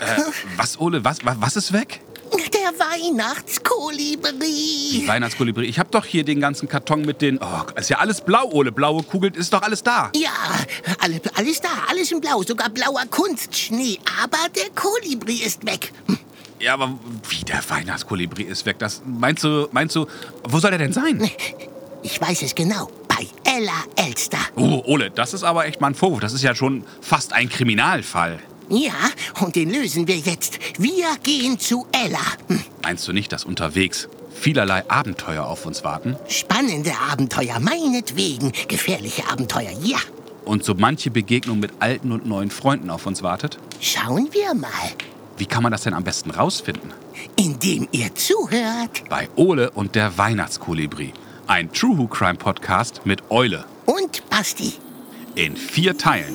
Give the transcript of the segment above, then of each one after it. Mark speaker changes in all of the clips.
Speaker 1: Äh, Was, Ole? Was, wa- was ist weg?
Speaker 2: Der Weihnachtskolibri.
Speaker 1: Weihnachtskolibri. Ich habe doch hier den ganzen Karton mit den. Oh, ist ja alles blau, Ole. Blaue Kugel ist doch alles da.
Speaker 2: Ja, alle, alles da, alles in Blau, sogar blauer Kunstschnee. Aber der Kolibri ist weg.
Speaker 1: Ja, aber wie der Weihnachtskolibri ist weg. Das meinst du, meinst du, wo soll er denn sein?
Speaker 2: Ich weiß es genau. Bei Ella Elster.
Speaker 1: Oh, Ole, das ist aber echt mal ein Vorwurf. Das ist ja schon fast ein Kriminalfall.
Speaker 2: Ja, und den lösen wir jetzt. Wir gehen zu Ella. Hm,
Speaker 1: Meinst du nicht, dass unterwegs vielerlei Abenteuer auf uns warten?
Speaker 2: Spannende Abenteuer, meinetwegen. Gefährliche Abenteuer, ja.
Speaker 1: Und so manche Begegnung mit alten und neuen Freunden auf uns wartet?
Speaker 2: Schauen wir mal.
Speaker 1: Wie kann man das denn am besten rausfinden?
Speaker 2: Indem ihr zuhört.
Speaker 1: Bei Ole und der Weihnachtskolibri. Ein True Crime Podcast mit Eule.
Speaker 2: Und Basti.
Speaker 1: in vier Teilen.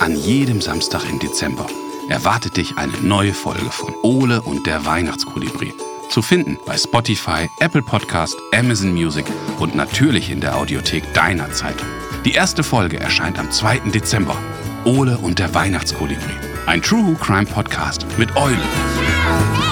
Speaker 1: An jedem Samstag im Dezember erwartet dich eine neue Folge von Ole und der Weihnachtskolibri. Zu finden bei Spotify, Apple Podcast, Amazon Music und natürlich in der Audiothek deiner Zeitung. Die erste Folge erscheint am 2. Dezember. Ole und der Weihnachtskolibri. Ein True Crime Podcast mit Eule.
Speaker 3: Ciao,